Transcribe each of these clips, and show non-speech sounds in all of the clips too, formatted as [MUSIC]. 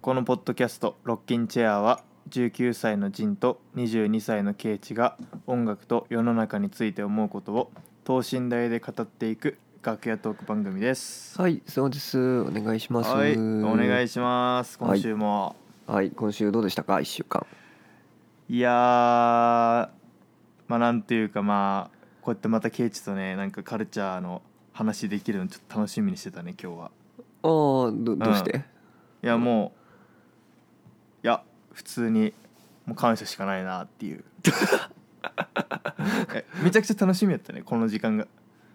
このポッドキャスト「ロッキンチェア」は19歳のジンと22歳のケイチが音楽と世の中について思うことを等身大で語っていく楽屋トーク番組です。はい、そうです。お願いします。はい、お願いしします。今週も、ます。はい、今週どうでしたか、一週間。い、やーまあなんていうかまあこうやってまたケイチとねなんかカルチャーの話できるのちょっと楽しみにしてたね今日は。ああ、ど、どうして。いやもういや普通にもう感謝しかないなっていう [LAUGHS] えめちゃくちゃ楽しみやったねこの時間が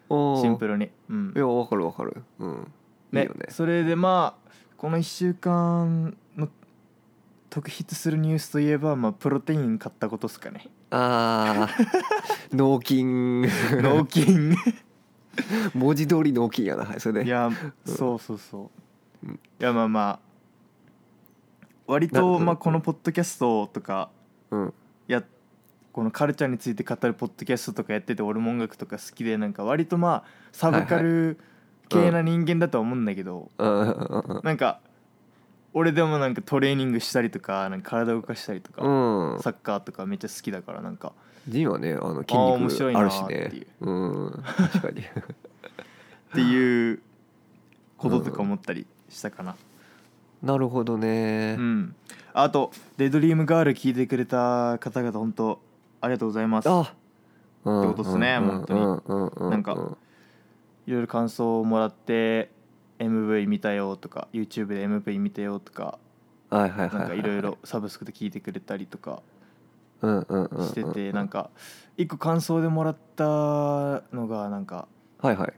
シンプル。ルに、うんいや、わかる、わかる。うん。いいよね。それでまあこの1週間の特筆するニュースといえば、まあ、プロテイン買ったことっすか [LAUGHS] ねああ。 [LAUGHS] 脳筋。脳筋 [LAUGHS] 文字通り脳筋やな、はい、それいで。やそうそうそう、うんいやまあまあ割と、なまあ、このポッドキャストとかうん。やこのカルチャーについて語るポッドキャストとかやってて俺も音楽とか好きでなんか割とまあサブカルはい系な人間だとは思うんだけど、うんうんうんなんか俺でもなんかトレーニングしたりとかなんか体動かしたりとか、うん。うん。サッカーとかめっちゃ好きだからなんかジンはね、あのあー面筋白い肉なあーるしっていねう。うん。確かに。 [LAUGHS] っていうこととか思ったりしたかな。なるほどねう。ん、あと「デイドリームガール」聞いてくれた方々本当ありがとうございます。あ。うんってことっすねうん本当にうんうんううなんかいろいろ感想をもらって MV 見たよとか YouTube で MV 見たよとかはいはいはいなんはかいいろいろ [LAUGHS] サブスクで聞いてくれたりとかうんうんうんうんしててなんか一個感想でもらったのがなんかはいはい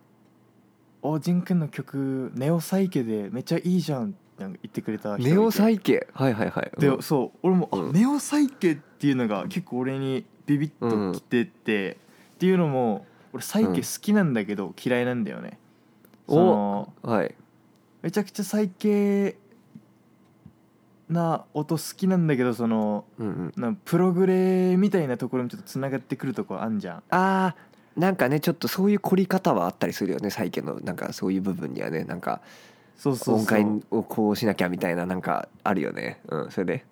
「おジンくんの曲ネオサイケでめっちゃいいじゃん」ってなんか言ってくれた人がいてネオ再建はいはいはいうんでそう俺も「あうんネオサイケ」っていうのが結構俺にビビッときててっていうのも俺サイケ好きなんだけど嫌いなんだよね。おそのはいめちゃくちゃ最系な音好きなんだけどそのうんうんなんプログレみたいなところにちょっとつながってくるところあんじゃんあーなんかねちょっとそういう凝り方はあったりするよね再建のなんかそういう部分にはねなんかそうそう音そ階うをこうしなきゃみたいななんかあるよねうんそれで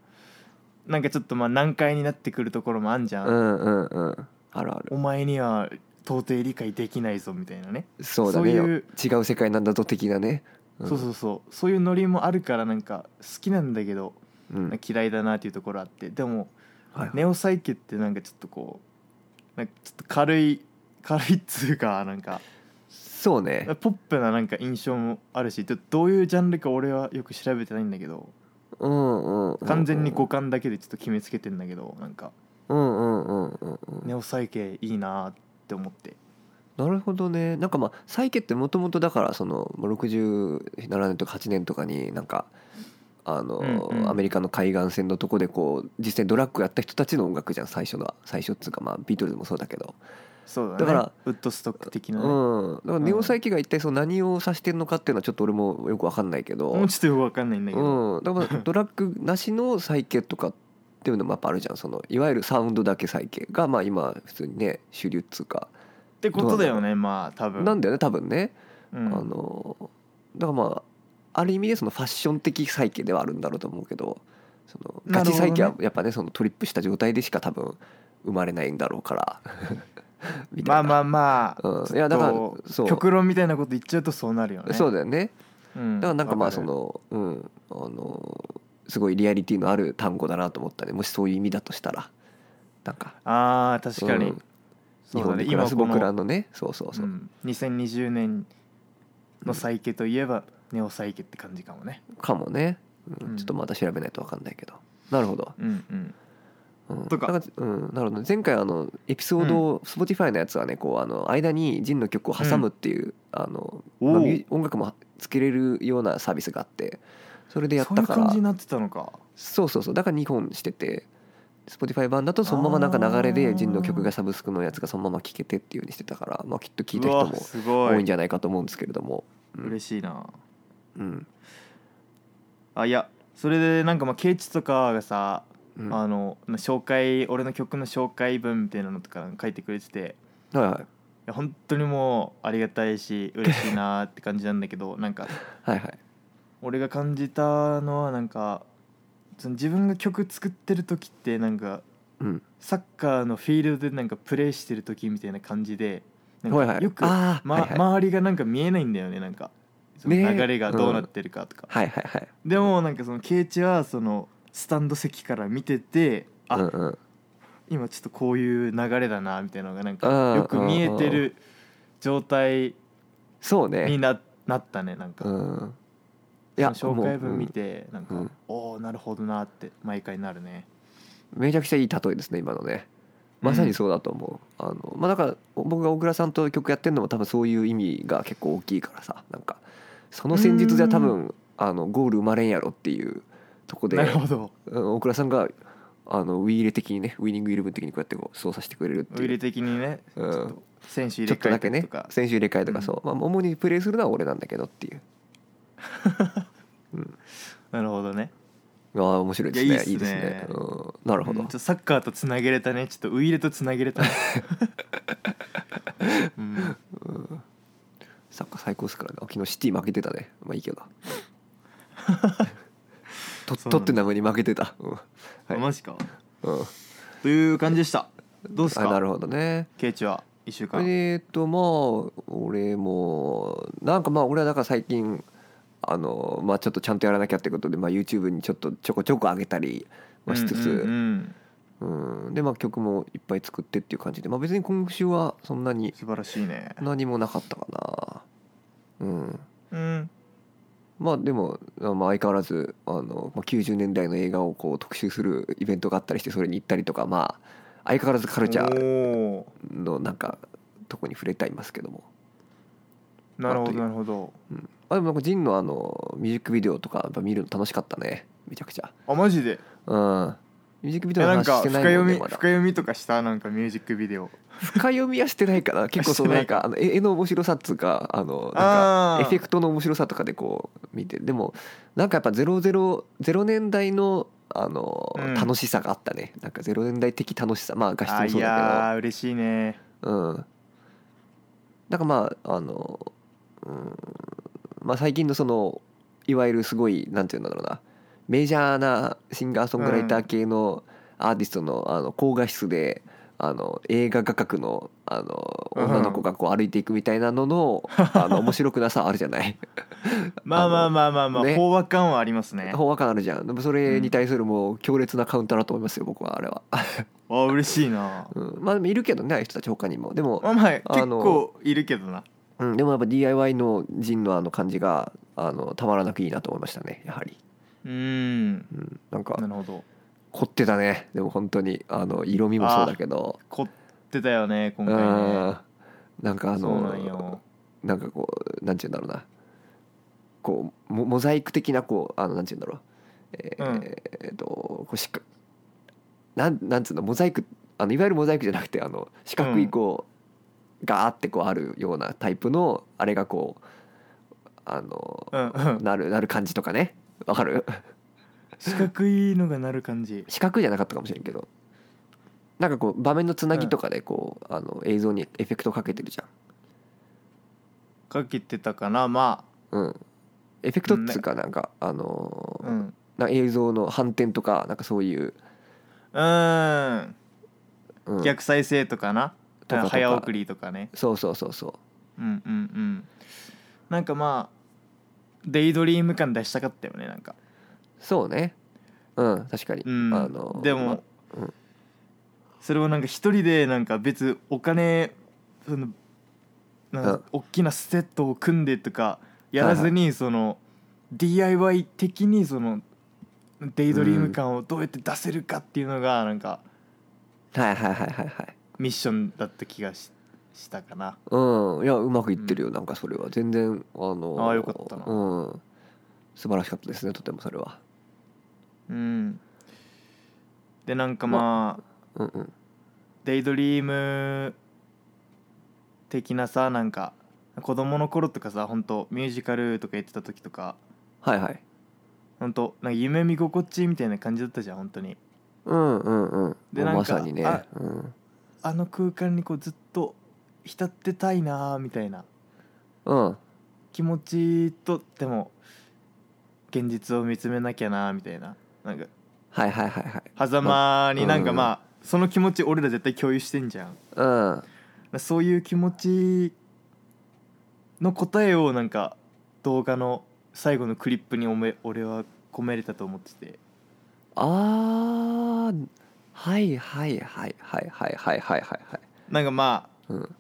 なんかちょっとまあ難解になってくるところもあんじゃ、うんんうんうんあるあるお前には到底理解できないぞみたいなね、そうだねそういう違う世界なんだぞ的なねそうそうそうそういうノリもあるからなんか好きなんだけどうんうん嫌いだなっていうところあってでもはいネオサイケってなんかちょっとこうなんかちょっと軽い [LAUGHS] 軽いっつうかなんかそうねポップななんか印象もあるしどどういうジャンルか俺はよく調べてないんだけどうんうんうんうん完全に五感だけでちょっと決めつけてんだけどなんかうんうんうんうんうんネオサイケいいなーって思ってなるほどねなんかまあ再建ってもともとだからそのまあ67年とか8年とかになんかあの、うんうんアメリカの海岸線のとこでこう実際ドラッグやった人たちの音楽じゃん最初の最初っつうかまあビートルズもそうだけど、そうだねだからウッドストック的な、ねうんだからネオ再建が一体その何を指してるのかっていうのはちょっと俺もよく分かんないけど、もうちょっとよくわかんないんだけど、うん、だからまあドラッグなしの再建とかっていうのもやっぱあるじゃんそのいわゆるサウンドだけ再建がまあ今普通にね主流っつうかってことだよねまあ多分なんだよね多分ね。うんあのだからまあある意味でそのファッション的再起ではあるんだろうと思うけどそのなガるチほどね再起はやっぱねそのトリップした状態でしか多分生まれないんだろうから [LAUGHS] みまたあいなまあまあ、うちょんっといやだからそう極論みたいなこと言っちゃうとそうなるよねそうだよねうんだからなんかまあわそるのうんあのすごいリアリティのある単語だなと思ったねもしそういう意味だとしたらなんかあー確かに、うんそう日だ本ねで暮らす僕今こらの、のねそうそうそううん2020年の再建といえば、ネオ再建って感じかもねかもねううんんちょっとまた調べないと分かんないけどなるほどうんうんうんとかだらうん、なるほど前回あのエピソードを Spotify のやつはねこうあの間にジンの曲を挟むっていう、あのまあおうミュ音楽もつけれるようなサービスがあってそれでやっそたういうか感らじになってたのかそうそうそうだから2本してて Spotify 版だとそのままなんか流れあーでジンの曲がサブスクのやつがそのまま聴けてっていう風にしてたから、まあ、きっと聴いたう人わもすご多いいんじゃないかと思うんですけれども、うん嬉しいなうんあいやそれでなんかまあケイチとかがさ、うん、はあの紹介俺の曲の紹介文みたいなのとか書いてくれてていはいいや本当にもうありがたいし嬉しい [LAUGHS] なって感じなんだけどなんかはいはい俺が感じたのはなんかその自分が曲作ってる時ってなんかうんサッカーのフィールドでなんかプレーしてる時みたいな感じでなんはいはかいよく、あーまはいはい周りがなんか見えないんだよねなんかそのねえ流れがどうなってるかとか、はいはいはいでもなんかそのケイチはそのスタンド席から見ててあ、うんうん今ちょっとこういう流れだなみたいなのがなんあかーよく見えてる状態そうにねななったねなんか、うんその紹介もうう文ん見てなんか、うんおおなるほどなって毎回なるねめちゃくちゃいい例えですね今のねまさにそうだと思う、あのまあだから僕が小倉さんと曲やってるのも多分そういう意味が結構大きいからさなんかその戦術じゃ多う分あのゴール生まれんやろっていうとこでなるほどうん大倉さんがあのウィーレ的にねウィニングイレブン的にこうやってこう操作してくれるってウイいレう的にね、うんちょっと選手入ちれょっと替えだたけりねとか選手入れ替えとかそう、まあ、主にプレーするのは俺なんだけどっていうなるほどねああ面白いですいねやいいいっいすねですね、うん、なるほど、うんちょっとサッカーとつなげれたねちょっとウイレとつなげれ [LAUGHS] たね、うんサッカー最高ですからね昨日シティ負けてたねまあいい [LAUGHS] けどとそうなんだトッテナムに負けてた、うんはいマジかうん、という感じでしたどうっすあなかるほどねケイチは1週間えっとまあ俺もなんかまあ俺はだから最近あのまあちょっとちゃんとやらなきゃってことで、まあ、YouTube にちょっとちょこちょこ上げたりまあしつつ、うんうんうんでまあ曲もいっぱい作ってっていう感じで、まあ、別に今週はそんなうんに素晴らしいね何もなかったかなうんうんまあでも、あまあ、相変わらずあの、まあ、90年代の映画をこう特集するイベントがあったりしてそれに行ったりとかまあ相変わらずカおルチャーーのなんかとこに触れていますけども、なるほあとどいうなるほどうん、あでもなんかジンのあのミュージックビデオとかやっぱ見るの楽しかったねめちゃくちゃあマジでうんミュージックビえデオのなん話かして深ないも読んねみま深だ読みとかしたなんかミュージックビデオ深読みはしてないかな結構そのなん [LAUGHS] かあの絵絵の面白さっつうかあのなんあかーエフェクトの面白さとかでこう見てでもなんかやっぱ000年代のあのうん楽しさがあったね、なんか0年代的楽しさまあ画質あもいそうだやー嬉しいねけどうんなんかまああのうんまあ最近のそのいわゆるすごいなんていうんだろうなメジャーなシンガーソングライター系のアーティストのあの高画質であの映画画角のあのうん女の子がこう歩いていくみたいな [LAUGHS] ののあの面白くなさあるじゃないまあまあまあまあまあ、ね飽和感はありますね飽和感あるじゃんでもそれに対するもう強烈なカウンターだと思いますよ僕はあれは、あ嬉しいなうん、まあでもいるけどねああいう人たち他にもでもまあまあ結あの構いるけどなうん、でもやっぱ DIY の陣のあの感じがあのたまらなくいいなと思いましたねやはり、うんうん、なんなかるほど凝ってたねでも本当にあの色味もそうだけど凝ってたよね今う回ねんなんかあそうのなんよなんかこうなんて言うんだろうなこうモモザイク的なこうあのなんて言うんだろうえーうんえーっとこうしっかなんなんつうのモザイクあのいわゆるモザイクじゃなくてあの四角ういんこう、ガーってこうあるようなタイプのあれがこうあの、うんうんなるなる感じとかねわかる [LAUGHS] 四角いのがなる感じ四角じゃなかったかもしれんけどなんかこう場面のつなぎとかでこう、あの映像にエフェクトかけてるじゃんかけてたかなまうん、エフェクトっつうかなんか、あのあーうんうなんか映像の反転とかなんかそういう、ーんうん、逆再生とかなとかとか早送りとかねそうそうそうそううんうんうんなんかまあデイドリーム感出したかったよねなんかそうねうん確かに、うんあのーでも、まうんそれをなんか一人でなんか別お金そのなんうかん大きなセットを組んでとかやらずにその DIY 的にそのデイドリーム感をどうやって出せるかっていうのがなんかはいはいはいはいはいミッションだった気がししたかなうんいやうまくいってるよ、うなんかそれは全然あのーあーよかったなうん素晴らしかったですねとてもそれはうんでなんかまあうんうんデイドリーム的なさなんか子供の頃とかさ本当ミュージカルとかやってた時とかはいはい本当なんか夢見心地みたいな感じだったじゃん本当にうんうんうんでもうなんまかさにねあうんあの空間にこうずっと浸ってたいなーみたいなうん気持ちとでも現実を見つめなきゃなーみたいななんかはいはいはいはい狭間になんかまあまあその気持ち俺ら絶対共有してんじゃんうんそういう気持ちの答えをなんか動画の最後のクリップにおめ俺は込めれたと思っててあーはいはいはいはいはいはいはいはいはいなんかまあうん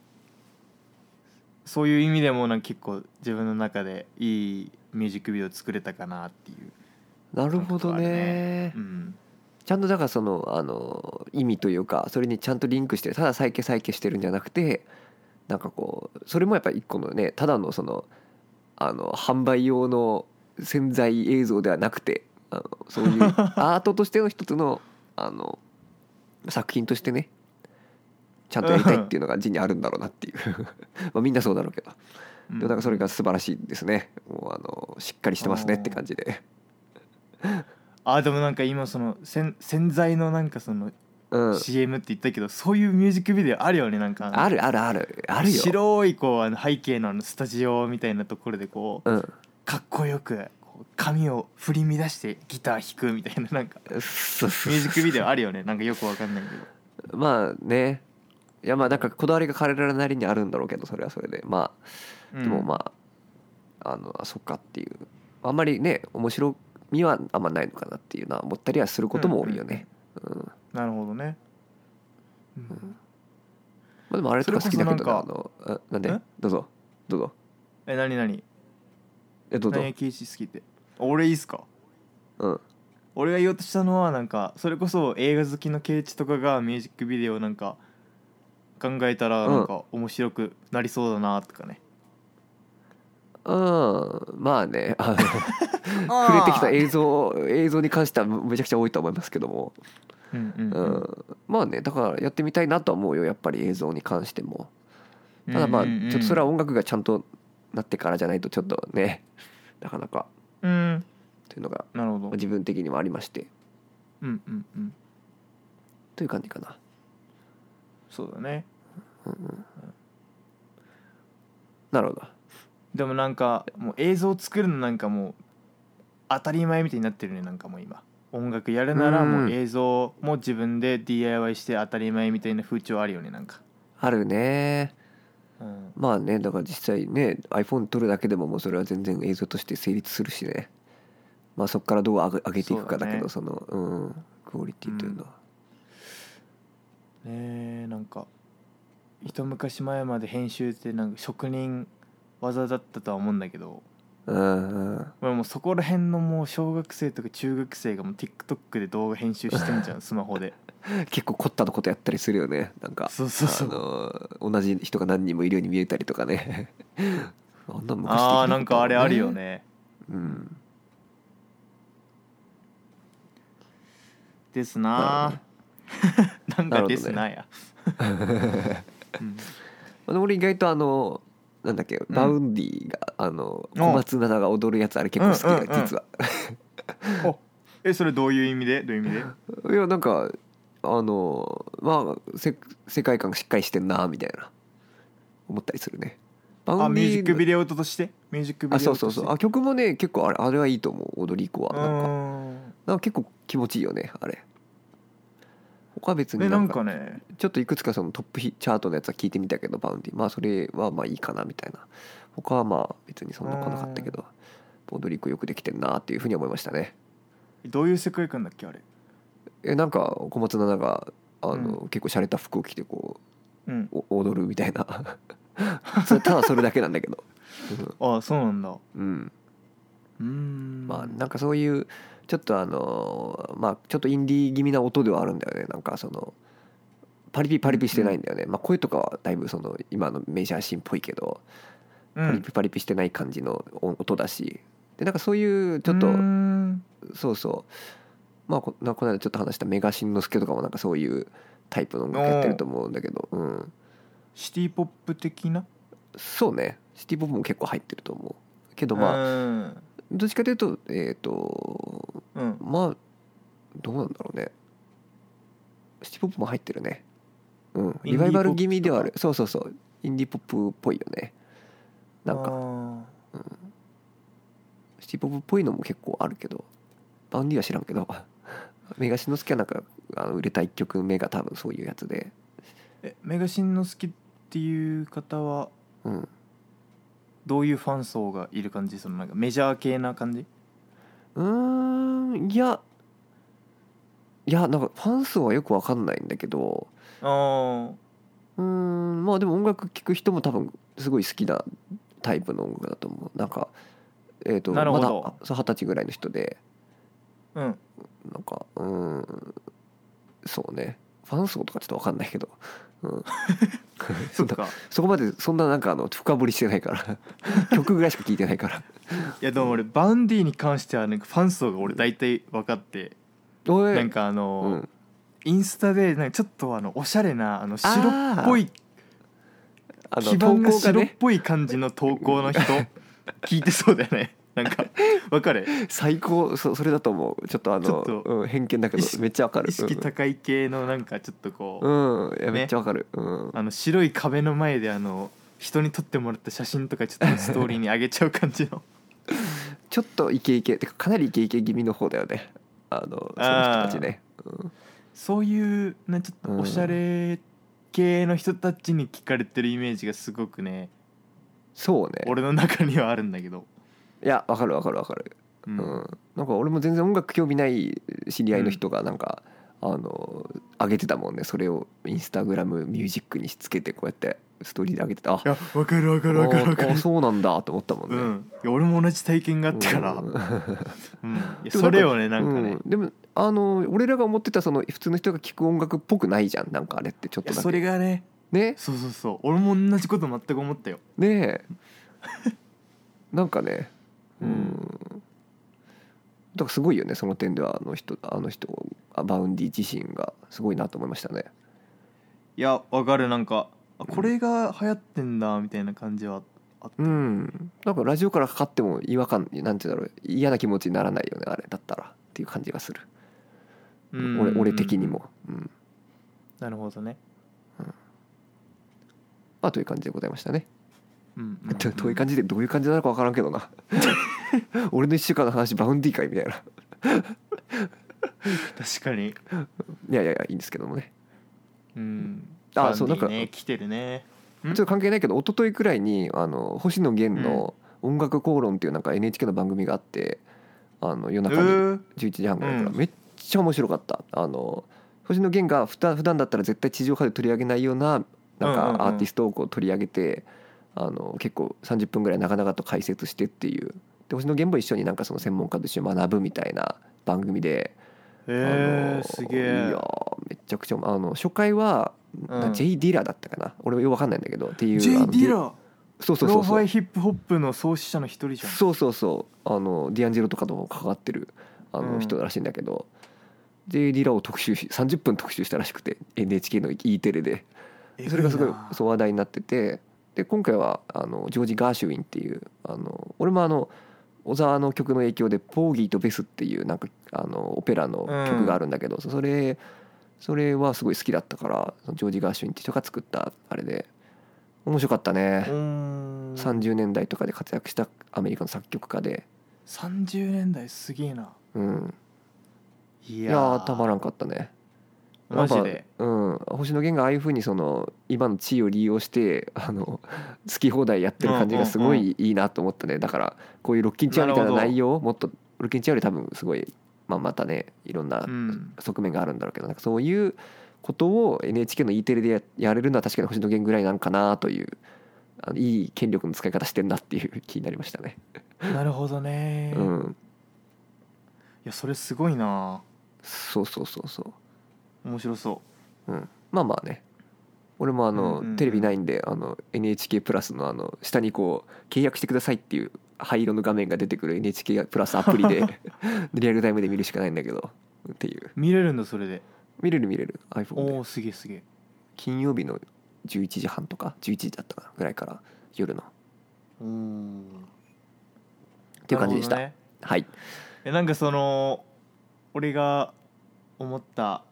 そういう意味でもなんか結構自分の中でいいミュージックビデオ作れたかなっていう、なるほどねうん、ちゃんとだからそのあの意味というかそれにちゃんとリンクしてるただ再起再起してるんじゃなくてなんかこうそれもやっぱ一個のねただのそのあの販売用の潜在映像ではなくてあのそ [LAUGHS] ういうアートとしての一つのあの作品としてねちゃんとやりたいっていうのが字にあるんだろうなっていう [LAUGHS] まあみんなそうだろうけどうんでもなんかそれが素晴らしいですねもうあのしっかりしてますねって感じであーでもなんか今その洗洗剤のなんかそのうん CM って言ったけど、そういうミュージックビデオあるよねなんかあるあるあるあるよ白いこうあの背景のあのスタジオみたいなところでこううんかっこよくこう髪を振り乱してギター弾くみたいななんかミュミューージックビデオあるよ [LAUGHS] ねなんかよくわかんないけどまあねいやまあなんかこだわりが彼らなりにあるんだろうけどそれはそれでまあ、うんでもまああのあそっかっていうあんまりね面白みはあんまないのかなっていうのは思ったりはすることも多いよね、うんなるほどね、うんまあ、でもあれとか好きだけそどれなこあのあなんでえどうぞどうぞえ何何えどうぞ何が禁止好きって俺いいっすかうん俺が言おうとしたのはなんかそれこそ映画好きのケイチとかがミュージックビデオなんか考えたらなんか面白くなりそうだなとかね、うんまあねあの触れてきた映像映像に関してはめちゃくちゃ多いと思いますけども、うんうんううんん、まあねだからやってみたいなとは思うよやっぱり映像に関しても。うんただまあうんうんうんちょっとそれは音楽がちゃんとなってからじゃないとちょっとねなかなかうんというのがなるほど自分的にもありましてうんうんうんという感じかなそうだねなるほどでもなんかもう映像作るのなんかもう当たり前みたいになってるねなんかもう今音楽やるならもう映像も自分で DIY して当たり前みたいな風潮あるよねなんか、あるねうん、まあねだから実際ね iPhone 撮るだけでももうそれは全然映像として成立するしねまあそこからどう上げ上げていくかだけどそ,、のうんクオリティというのは、ねえなんか一昔前まで編集ってなんか職人技だったとは思うんだけどうんうん、俺もうそこら辺のもう小学生とか中学生がもう TikTok で動画編集してんじゃ [LAUGHS] んスマホで結構凝ったのことやったりするよねなんかそうそうそうあの同じ人が何人もいるように見えたりとかね [LAUGHS] あんああーな昔できったもなんかあれあるよねうんですなー [LAUGHS] なんかですなや、うんあの俺意外とあのなんだっけんバウンディが、あのうん小松菜奈が踊るやつあれ結構好きうだんうんよ、うん実は。 [LAUGHS] おえそれどういう意味でどういう意味 [LAUGHS] でいやなんかあのまあせ世界観しっかりしてんなみたいな思ったりするね。バあミュージックビデデオとしてミュージックビデあオそとうしてそうそうあ曲もね結構あれあれはいいと思う踊り子はうなんかーんなんか結構気持ちいいよねあれ。他は別にえななんんかかねちょっといくつかそのトップヒチャートのやつは聞いてみたけどバウンディまあそれはまあいいかなみたいな他はまあ別にそんな来なかったけどボードリックよくできてんなっていうふうに思いましたねどういう世界観だっけあれえなんか小松菜奈があの、結構洒落た服を着てこうんうお踊るみたいな [LAUGHS] それただそれだけなんだけどああそうなんだううん、うんーんまあなんかそういうちょっとあのまあちょっとインディー気味な音ではあるんだよねなんかそのパリピパリピしてないんだよね、まあ声とかはだいぶその今のメジャーシーンっぽいけど、うパリんピパリピしてない感じの音音だしでなんかそういうちょっうーとんそうそうまあこなこの間ちょっと話したメガシンの助とかもなんかそういうタイプの音楽やってると思うんだけど、うん、シティポップ的なそうねシティ・ポップも結構入ってると思うけどまあまあどっちかというとえっ、とうんまあどうなんだろうねシティ・ポップも入ってるねうんリバイバル気味ではあるそうそうそうインディ・ポップっぽいよねなんかかシティポップっぽいのも結構あるけどバンディは知らんけど [LAUGHS] あメガシノスケはなんかあの売れた1曲目が多分そういうやつで、えメガシンの好きっていう方はうん、どういうファン層がいる感じそのなんかメジャー系な感じうーんいやいやなんかファン層はよくわかんないんだけどああうーんまあでも音楽聴く人も多分すごい好きなタイプの音楽だと思うなんかえっ、となるほまだどあそう二十歳ぐらいの人でうんなんかうーんそうねファン層とかちょっとわかんないけど、うん、そっか [LAUGHS] そこまでそんななんかあの深掘りしてないから [LAUGHS] 曲ぐらいしか聴いてな [LAUGHS] いからいやでも俺バウンディに関してはなんかファン層が俺大体分かっておいなんかあうのん、インスタでなんかちょっとあのおしゃれなあの白っぽいあの基盤が投稿が白っねぽい感じの投稿の人聞いてそうだよ [LAUGHS] ねなんか分かる最高そそれだと思うちょっとあちょのっとうん、偏見だけ意ど識めっちゃわかる意識高い系のなんかちょっとこう、うん、うん、いやねめっちゃわかる、うんあの白い壁の前であの人に撮ってもらった写真とかちょっとストーリーに上げちゃう感じ [LAUGHS] のちょっとイケイケてかかなりイケイケ気味の方だよねあのその人たちね、うん、そういうなちょっとおしゃれ系の人たちに聞かれてるイメージがすごくねそうね俺の中にはあるんだけど、いやわかるわかるわかる、ううんんなんか俺も全然音楽興味ない知り合いの人がなんか、あの上げてたもんねそれをインスタグラムミュージックにつけてこうやってストーリーで上げてたあいや分かる分かる分かる分かあるそうなんだと思ったもんうね、ん、いや俺も同じ体験があってから、ううんんいやそれをねなんかね、うんでもあの俺らが思ってたその普通の人が聞く音楽っぽくないじゃんなんかあれってちょっいとやだそけれがねねそうそうそう俺も同じこと全く思ったよねえなんかねううんだからすごいよねその点ではあの人あの人あバウンディ自身がすごいなと思いましたねいや分かるなんかあこれが流行ってんだみたいな感じはうんなんかラジオからかかっても違和感なんて言うんだろう嫌な気持ちにならないよねあれだったらっていう感じがする、うん俺俺的にも、うんなるほどねまあという感じでございましたねうんうん [LAUGHS] どどういう感じでどういう感じなのか分からんけ [LAUGHS] どな俺の1週間の話バウンディーかいみたいな確かにいやいやいやいいんですけどもねうんあそうバンディなんね来てるねちんょっと関係ないけど一昨日くらいにあの星野源の「音楽口論」っていうなんか NHK の番組があってあの夜う中にー11時半ぐらいからうんめっちゃ面白かったあの星野源がふた普段だったら絶対地上波で取り上げないようななんうんうんうんかアーティストをこう取り上げてあの結構30分ぐらい長々と解説してっていうで星野源も一緒になんかその専門家と一緒に学ぶみたいな番組であえのー、すげいえやーめちゃくちゃあの初回は、うんな J ・ディラだったかな俺はよくわかんないんだけどっていう J ・あデのィラそうプそうそロうフそァイうヒップホップの創始者の一人じゃんそうそうそうあのディアンジェロとかとも関わってるあうのん人らしいんだけど、J ・ディラを特集し30分特集したらしくて NHK の E テレでえぐなそれがすごいそう話題になっててで今回はあのジョージ・ガーシュウィンっていうあの俺もあの小沢の曲の影響で「ポーギーとベス」っていうなんかあのオペラの曲があるんだけど、それそれはすごい好きだったからそのジョージ・ガーシュウィンって人が作ったあれで面白かったうーね、ん30年代とかで活躍したアメリカの作曲家で、 30年代すげえなうん、いいややーたまららんかったね。マジでやっぱうん、星野源がああいうふうにその今の地位を利用して [LAUGHS] あの好き放題やってる感じがすごうんうんいいいなと思ったねだからこういうロッキンチェアみたいななるほど内容をもっとロッキンチェアより多分すごい、まあ、またねいろんなうん側面があるんだろうけど、なんかそういうことを NHK の E テレでややれるのは確かに星野源ぐらいなんかなというあのいい権力の使い方してんなっていう気になりましたね。なるほどね、ういん、やそれすごいなそうそうそうそう面白そうん、まあまあね俺もあの、うんうんうんテレビないんであの NHK プラスのあの下にこう契約してくださいっていう灰色の画面が出てくる NHK プラスアプ [LAUGHS] リでリアルタイムで見るしかないんだけどっていうう見れるんだそれで見れる見れる iPhone おでおすげえすげえ金曜日の11時半とか11時だったかなぐらいから夜のっおーていう感じでした、なるほどねはいえなんかその俺が思った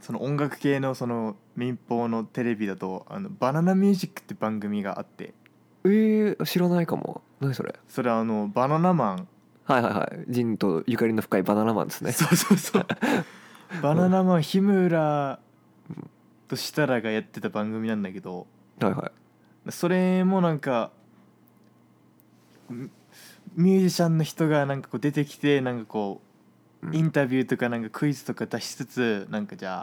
その音楽系のその民放のテレビだと「あのバナナミュージック」って番組があってえー、知らないかも何それそれはあのバナナマンはいはいはいジンとゆかりの深いバナナマンです [LAUGHS] ねそうそうそうバナナマン日村と設楽がやってた番組なんだけどはいはいそれもなんかんミュージシャンの人がなんかこう出てきてなんかこうんうインタビューとかなんかクイズとか出しつつなんかじゃ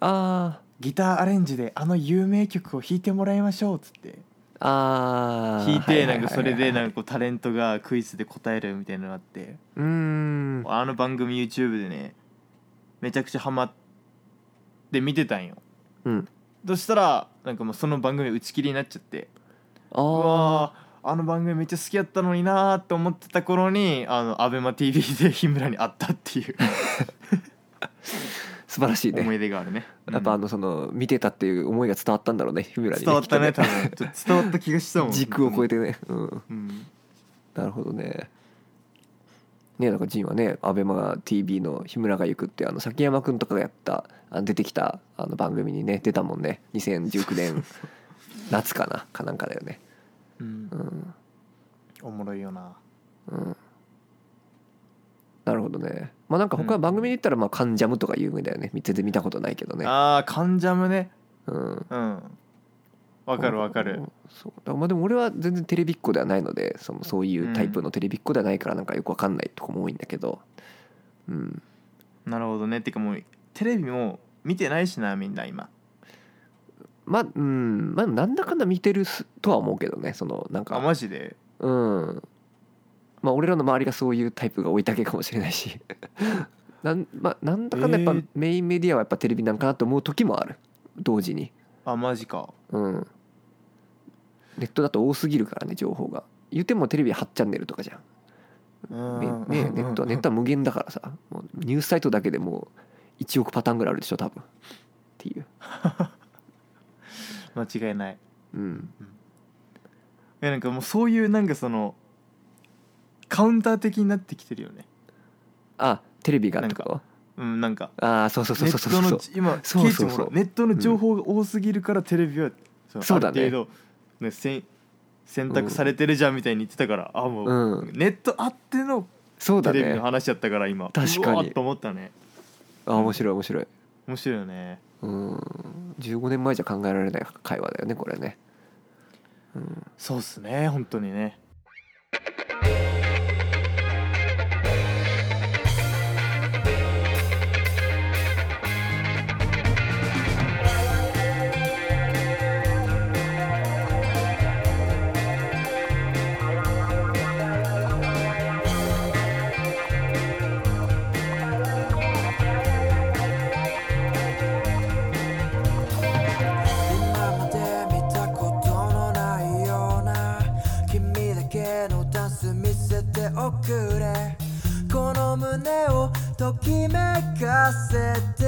ああギターアレンジであの有名曲を弾いてもらいましょうっつってーあー弾いてはなんはかはそれではないんかこうタレントがクイズで答えるみたいなのがあってうーん [LAUGHS] あの番組 YouTube でねめちゃくちゃハマって見てたんようんそしたらなんかもうその番組打ち切りになっちゃってあうーわーあの番組めっちゃ好きやったのになーって思ってた頃にあの ABEMATV で [LAUGHS] 日村に会ったっていう素晴らしい思ねい出があるねやっぱあののその見てたっていう思いが伝わったんだろうね日村に伝わったねきと多分ちょっと伝わった気がしたもん時空を超えて、てねううんん、なるほどねねなんかジンはねアベマ t v の「日村が行く」ってあの崎山くんとかがやったあの出てきたあの番組にね出たもんね2019年 [LAUGHS] 夏かなかなんかだよねうんう、んおもろいよなうんなるほどねまあなんか他の番組で言ったら「まあカンジャム」とか有名だよね全然見たことないけどねああカンジャムねうんうんわかるわかるそうだからまあでも俺は全然テレビっ子ではないのでそのそういうタイプのテレビっ子ではないからなんかよくわかんないとこも多いんだけどうんなるほどねてかもうテレビも見てないしなみんな今まあうんまあなんだかんだ見てるすとは思うけどねそのなんあかマジでうんまあ俺らの周りがそういうタイプが多いだけかもしれないし [LAUGHS] なん,、まあ、なんだかんだやっえぱーメインメディアはやっぱテレビなんかなと思う時もある同時にあマジかうんネットだと多すぎるからね情報が言ってもテレビ8チャンネルとかじゃんねうんねネットはネットは無限だからさもうニュースサイトだけでもう1億パターンぐらいあるでしょ多分っていう [LAUGHS] 間違いないうんえなんかもうそういうなんかそのカウンター的になってきてるよねあテレビがってことうんなんかああそうそうそネうそうそッうそトうの今そうそうケイそうチもほらネットの情報が多すぎるからテレビはそのそうだねある程度ねせん選択されてるじゃんみたいに言ってたから、あもう、うんネットあってのそうだテレビねの話やったから今確うかにわーっと思ったねあ面白い面白い面白いよねうん15年前じゃ考えられない会話だよねこれねうんそうっすね本当にね今まで見たことのないような君だけのダンス見せておくれこの胸をときめかせて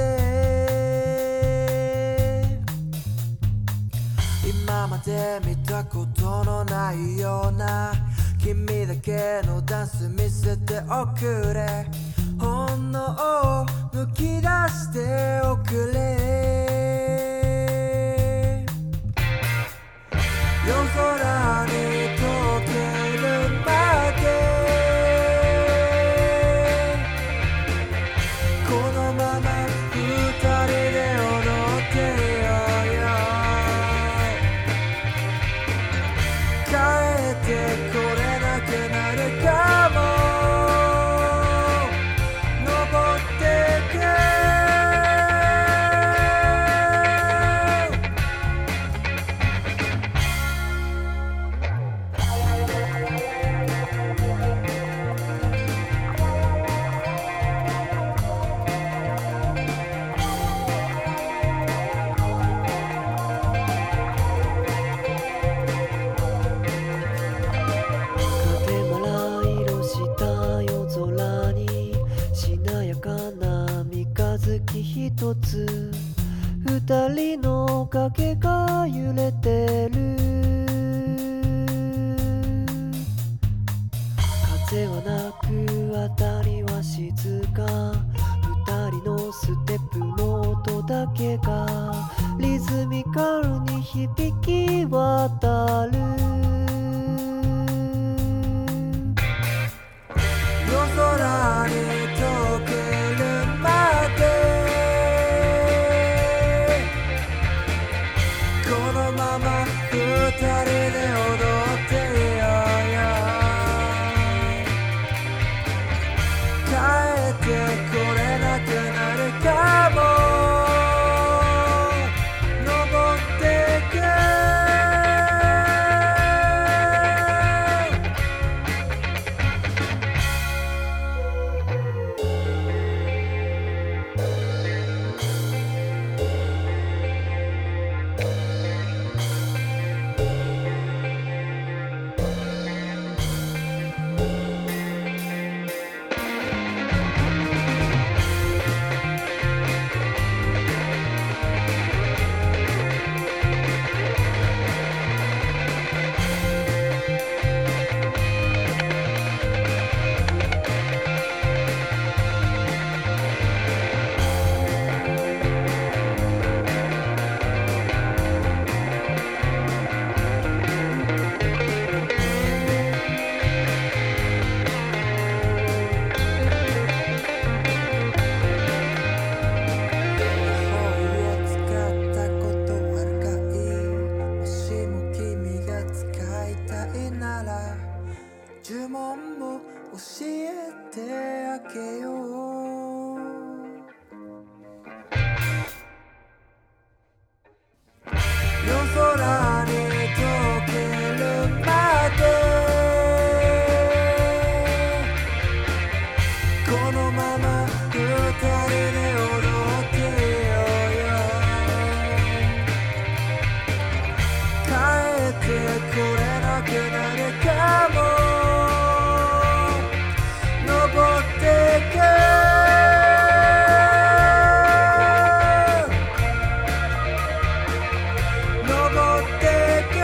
今まで見たことのないような君だけのダンス見せておくれ本能を抜き出しておくれ夜空に溶けるまでこのまま二人で踊ってよよ帰ってこれなくなるかも登ってく影も藍色した夜空にしなやかな三日月一つ二人の影が揺れてる風はなくあたりは静か二人のステップの音だけがリズミカルに響き渡る夜空に溶けるまで人で踊っていようよ帰ってこれなくなるかも登ってく「頬を使ったことはない」「もしも君が使いたいなら」「呪文も教えてあげよう」「夜空に溶けるまで」このまま二人で踊ってよよ帰ってこれなくなるかも登ってく登ってく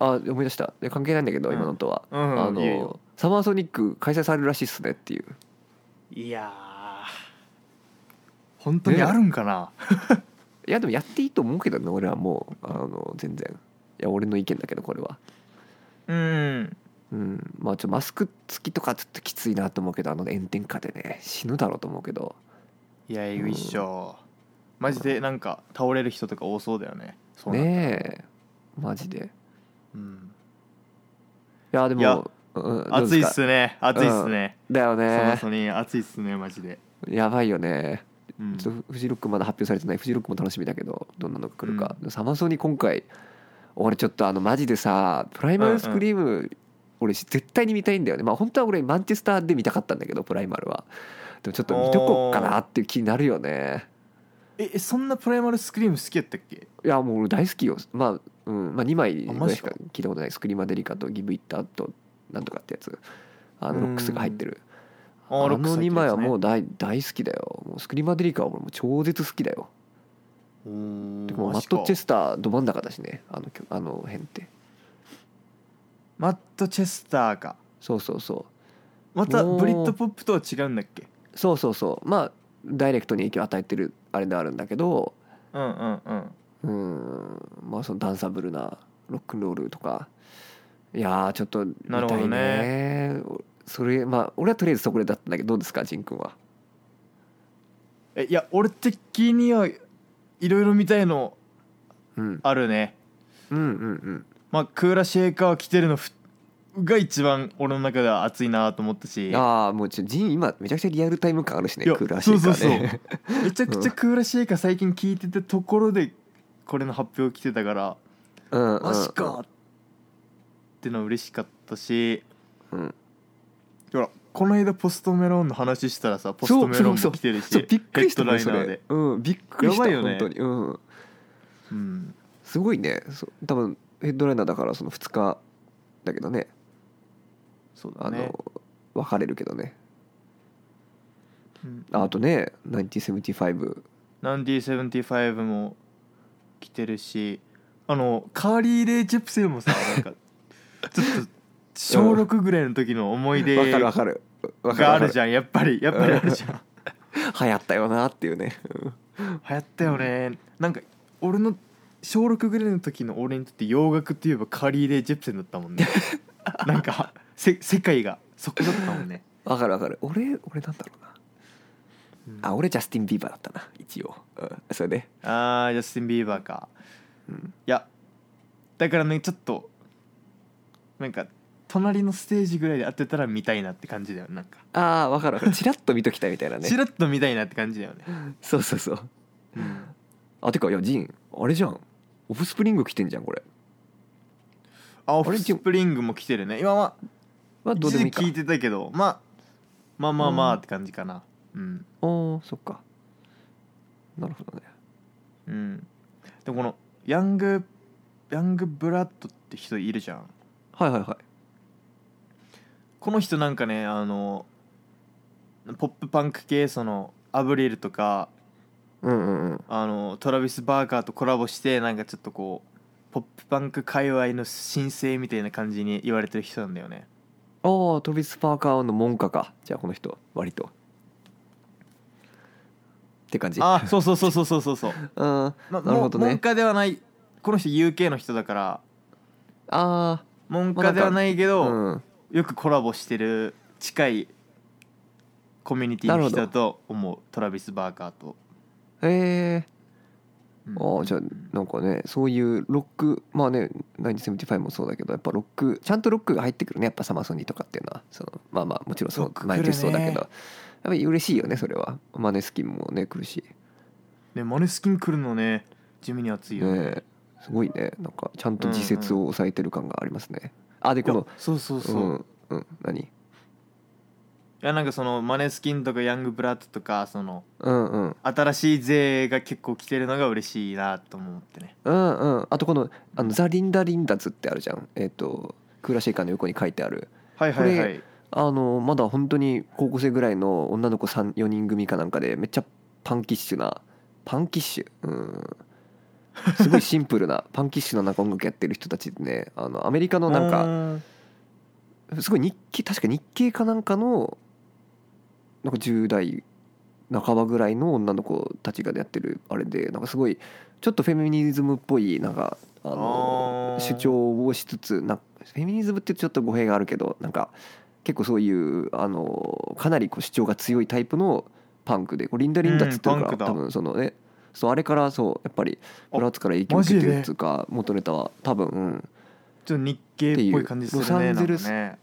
あ思い出したで関係ないんだけど、うん今のとは、うんあいいよのサマーソニック開催されるらしいっすねっていういやー本当にあるんかな、いやでもやっていいと思うけどね俺はもうあの全然いや俺の意見だけどこれはうんうんまあちょマスク付きとかちょっときついなと思うけどあの炎天下でね死ぬだろうと思うけどいやえぐいっしょマジでなんか倒れる人とか多そうだよねそうなんねえマジでうん、いやでもいやうんどうです暑いっかすね暑いっすね、だよそもねそもに暑いっすねマジで、やばいよねうん、ちょっとフジロックまだ発表されてないフジロックも楽しみだけどどんなのが来るか、サマソニ今回俺ちょっとあのマジでさプライマルスクリーム、俺絶対に見たいんだよねまあ本当は俺マンチェスターで見たかったんだけどプライマルはでもちょっと見とこうかなっていう気になるよねえそんなプライマルスクリーム好きやったっけいやもう俺大好きよまあ、うんまあ、2枚ぐあマらいジしかか聞いたことないスクリーマデリカとギブイッターとなんとかってやつあうのんロックスが入ってるああの2枚はもうう大大好きだよもうスクリーマデリカは俺もう超絶好きだよおーでもママジッかト・チェスターど真ん中だしねあの曲あの辺ってマットチェスターかそうそうそまたもうブリッドポップとは違うんだっけうそうそうそうまあダイレクトに影響を与えてるあれではあるんだけどうんうんうんうーんまあそのダンサブルなロックンロールとかいやーちょっと見たなるほいどねそれまあ俺はとりあえずそこでだったんだけどどうですかジン君はえいや俺的にはいろいろ見たいのうんあるねうんうんうんまあクーラシェーカー着てるのふが一番俺の中では熱いなと思ったしああもうちょジン今めちゃくちゃリアルタイム感あるしねいやクーラーシーカそうーそうね [LAUGHS] めちゃくちゃクーラシェイカー最近聞いてたところでこれの発表来てたから [LAUGHS] うんうんマジかってのは嬉しかったしうんほらこの間ポストメロンの話したらさポストメロンも来てるしそうびっくりしたヘねッドそライナーれで、うん、びっくりしたやばいよね本当にうんうん、すごいねそう多分ヘッドライナーだからその2日だけどねそうあだのね分かれるけどねうんああとね1975ナンディ75も [LAUGHS] 来てるしあのカーリー・レイ・ジェプセルもさなんかちょっと小6ぐらいの時の思い出わかるわかるわかるがあるじゃんゃんやっぱりやっぱりあるじゃん流行ったよなっていうねうん流行ったよねなんか俺の小6ぐらいの時の俺にとって洋楽といえばカーリー・レイ・ジェプセンだったもん [LAUGHS] ねなんかせ世界がそこだったもんねわかるわかる俺俺なんだろううなんあ俺ジャスティン・ビーバーだったな一応、うん、それであージャスティン・ビーバーかうんいやだからねちょっとなんか隣のステージぐらいで当てたら見たいなって感じだよなんかああわかるわかるチラッと見ときたいみたいなねチラッと見たいなって感じだよね、そうそうそううんあてかいやジンあれじゃんオフスプリング来てんじゃんこれあオフスプリングも来てるね今ははどう一でもい時いか聞いてたけど、まあ、まあまあまうあんって感じかなうんあーそっかなるほどねうんでもこのヤングヤングブラッドって人いるじゃんはいはいはいこの人なんかねあのポップパンク系そのアブリルとかうんうんうんあのトラビス・バーカーとコラボしてなんかちょっとこうポップパンク界隈の新星みたいな感じに言われてる人なんだよねああトビス・パーカーの門下かじゃあこの人割とって感じ [LAUGHS] あそうそうそうそうそうそうそう、うんあま、なるほどねもう文化ではないこの人 UK の人だからあ文化ではないけど、うんよくコラボしてる近いコミュニティの人だと思うトラビス・バーカーと、へえうんああじゃあなんかねそういうロックまあね975もそうだけどやっぱロックちゃんとロックが入ってくるねやっぱサマソニーとかっていうのはそのまあまあもちろんそロッうク毎年そうだけ来るどやっぱり嬉しいよねそれはマネスキンもね来るしねマネスキン来るのね地味に熱いよねねえすごいねなんかちゃんと自節を抑えてる感がありますねあでいこやのそうそうそうう、いんうん何やなんかそのマネスキンとかヤングブラッドとかそのうんうん新しい勢が結構来てるのが嬉しいなと思ってねうんうんあとこのあの「ザ・リンダ・リンダズ」ってあるじゃんえっ、とクーラシェイカーの横に書いてあるはいはいはこいあのまだ本当に高校生ぐらいの女の子34人組かなんかでめっちゃパンキッシュなパンキッシュうんすごいシンプル [LAUGHS] なパンキッシュななんか音楽やってる人たちでねあのアメリカのなんかかすごい日系確か日系かなんかのなんか10代半ばぐらいの女の子たちがやってるあれでなんかすごいちょっとフェミニズムっぽいなんかあのあー主張をしつつなフェミニズムってちょっと語弊があるけどなんか結構そういうあのかなりこう主張が強いタイプのパンクでこうリンダリンダっつってるうんパかンクだら多分そのねそうあれからそうやっぱりブラッツから影響をマジ受でけてるっつうか元ネタは多分、うん、ちょっと日系っぽい感じするねっていうロサンゼルスなんかね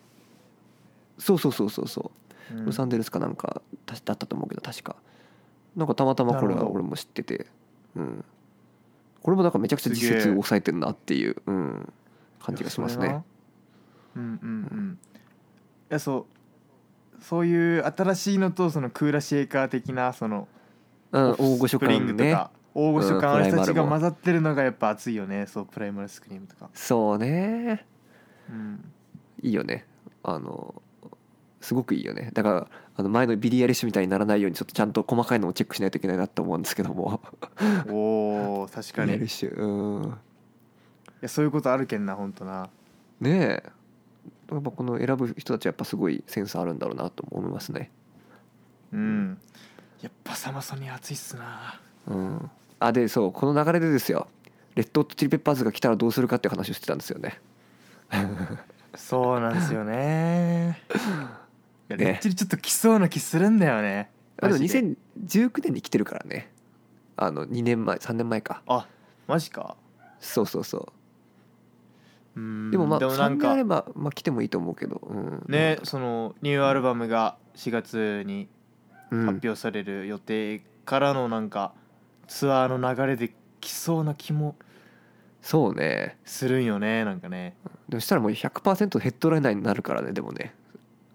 そうそうそうそうそううんロサンゼルスかなんかただったと思うけど確かなんかたまたまこなれるはほど俺も知ってて、うん、これもなんかめちゃくちゃ自節をすげえ抑えてるなっていう、うん、感じがしますいやそね。。れなうんうんうん。いやそうそういう新しいのとそのクーラシェイカー的なそのうん、オフ大御所スプリン感グとねか大御所感うんあれたちプライマルがも混ざってるのがやっぱ熱いよね。そうプライマルスクリームとか。そうねうん。いいよねあのすごくいいよねだからあの前のビリー・アイリッシュみたいにならないようにちょっとちゃんと細かいのをチェックしないといけないなと思うんですけどもおお確ビか [LAUGHS] リー・に。アイリッいシュうんやそういうことあるけんな本当な。ねえやっぱこの選ぶ人たちはやっぱすごいセンスあるんだろうなと思いますね。うん。やっぱサマソニー熱いっすな。うん、あでそうこの流れでですよレッドホットチリペッパーズが来たらどうするかっていう話をしてたんですよねそうなんですよ [LAUGHS] ね。いやねレッチリちょっと来そうな気するんだよね。あでもマジで2019年に来てるからねあの2年前3年前かあマジか。そうそうそううんでもまあでもな3ん年かあれば、まあ、来てもいいと思うけど、うん、ね、そのニューアルバムが4月にうん、発表される予定からのなんかツアーの流れで来そうな気もそうねするんよねなんかねでもしたらもう100%ヘッドライナーになるからねでもね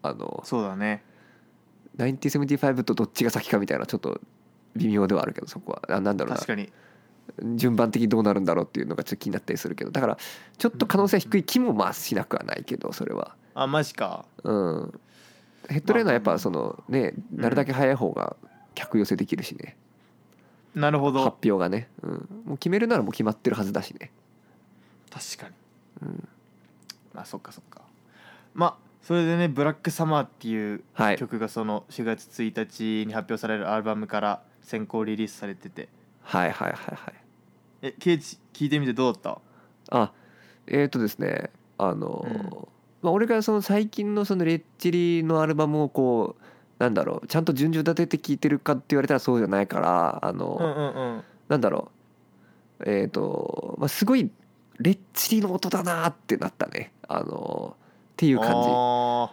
あのそうだね1975とどっちが先かみたいなちょっと微妙ではあるけどそこはあなんだろうな確かに順番的にどうなるんだろうっていうのがちょっと気になったりするけどだからちょっと可能性は低い気もまあしなくはないけどそれはあマジかうんヘッドレーナーはやっぱそのねうんなるだけ早い方が客寄せできるしねなるほ発ど表がねうんもう決めるならもう決まってるはずだしね確かにうんまあそっかそっかまあそれでね「ブラックサマー」っていうはい曲がその4月1日に発表されるアルバムから先行リリースされててはいはいはいはいえケイチ聞いてみてどうだったあえっ、ー、とですねあの、うんまあ、俺がその最近のそのレッチリのアルバムをこうなんだろうちゃんと順序立てて聴いてるかって言われたらそうじゃないからあの、うんうんうんなんだろうえっ、と、まあ、すごいレッチリの音だなってなったねあのっていう感あ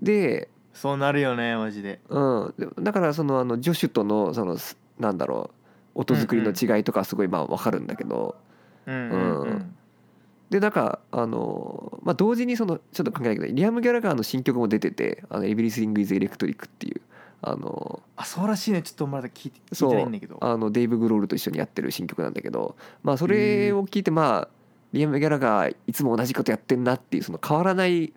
じでーそうなるよねマジでうん、でだからそのあの助手とのそのすなんだろう音作りの違いとかすごいまあ分かるんだけど、うんうんうんでなんかあの、まあ、同時にそのちょっと関係ないけどリアム・ギャラガーの新曲も出てて「あのエビリスリング・イズ・エレクトリック」っていうあのあそうらしいねちょっとまだ聞いて聞そいうてないんだけどあのデイブ・グロールと一緒にやってる新曲なんだけど、まあ、それを聞いてまあリアム・ギャラガーいつも同じことやってんなっていうその変わらない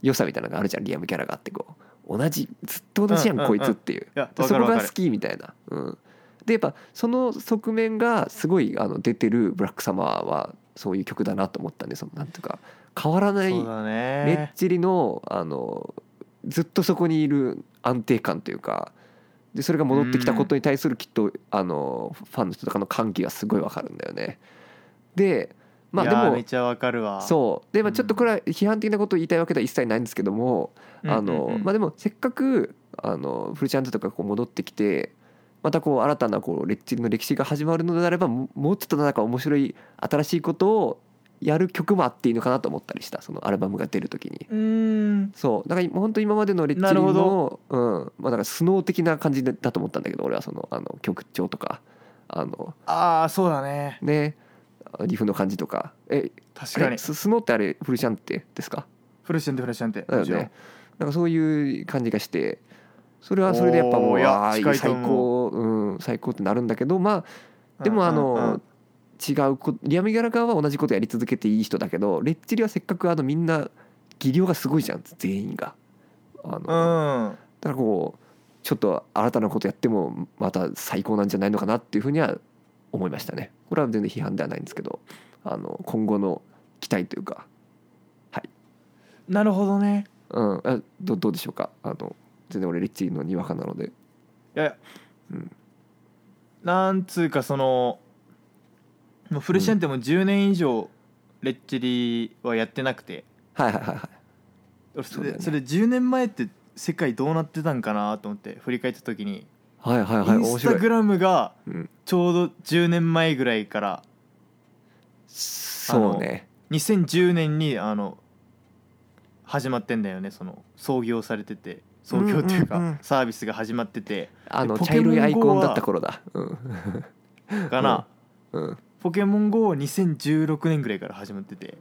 良さみたいなのがあるじゃんリアム・ギャラガーってこう同じずっと同じやんうんうんこいつっていう。いやでわそかこるわがか好るきみたいな、うん、でやっぱその側面がすごいあの出てる「ブラックサマー」はそういう曲だなと思ったんでそのなんていうか変わらないそうだレッねチリのあのずっとそこにいる安定感というかでそれが戻ってきたことに対するきっとあのファンの人とかの歓喜がすごいわかるんだよね。でまあいでやーもめちゃわかるわそうでうまあんちょっとこれは批判的なことを言いたいわけでは一切ないんですけども、うんうんうんあのまあ、でもせっかくあのフルチャンズとかこう戻ってきてまたこう新たなこうレッチリの歴史が始まるのであればももうちょっとなんか面白い新しいことをやる曲もあっていいのかなと思ったりしたそのアルバムが出る時にうーんそうだから本当今までのレッなチリるほの、うんまあ、なんかスノー的な感じだだと思ったんだけど俺はそのあの曲調とかあのああそうだねねリフの感じとかえ確あかれにススノーってあれフルチャンってですかフレッシュンテフレッシュンテだよもちろんねなんかそういう感じがしてそれはそれでやっぱもおうーいやあー近いと最思高うん最高ってなるんだけどまあでうんもあうんうのん違うこリアム・ギャラガーは同じことやり続けていい人だけどレッチリはせっかくあのみんな技量がすごいじゃん全員があのだかうんらこうちょっと新たなことやってもまた最高なんじゃないのかなっていうふうには思いましたねこれは全然批判ではないんですけどあの今後の期待というかなるほどねうん、あどどうでしょうかあの全然俺レッチリのにわかなのでいや、うんなんつうかそのもうフルシェンテも10年以上レッチリはやってなくてはいはいはいはい俺そそうだれよねそれ10年前って世界どうなってたんかなと思って振り返った時にはいはいイはいン面スタ白グい、ラムがうん、ちょうど10年前ぐらいからそうね2010年にあの始まってんだよねその創業されてて創業っていううんうんうかんサービスが始まっててあのポ茶ケモン GO 色いアイコンだった頃だうん、かな、うん、 [LAUGHS] ポケモン GO は2016年ぐらいから始まってて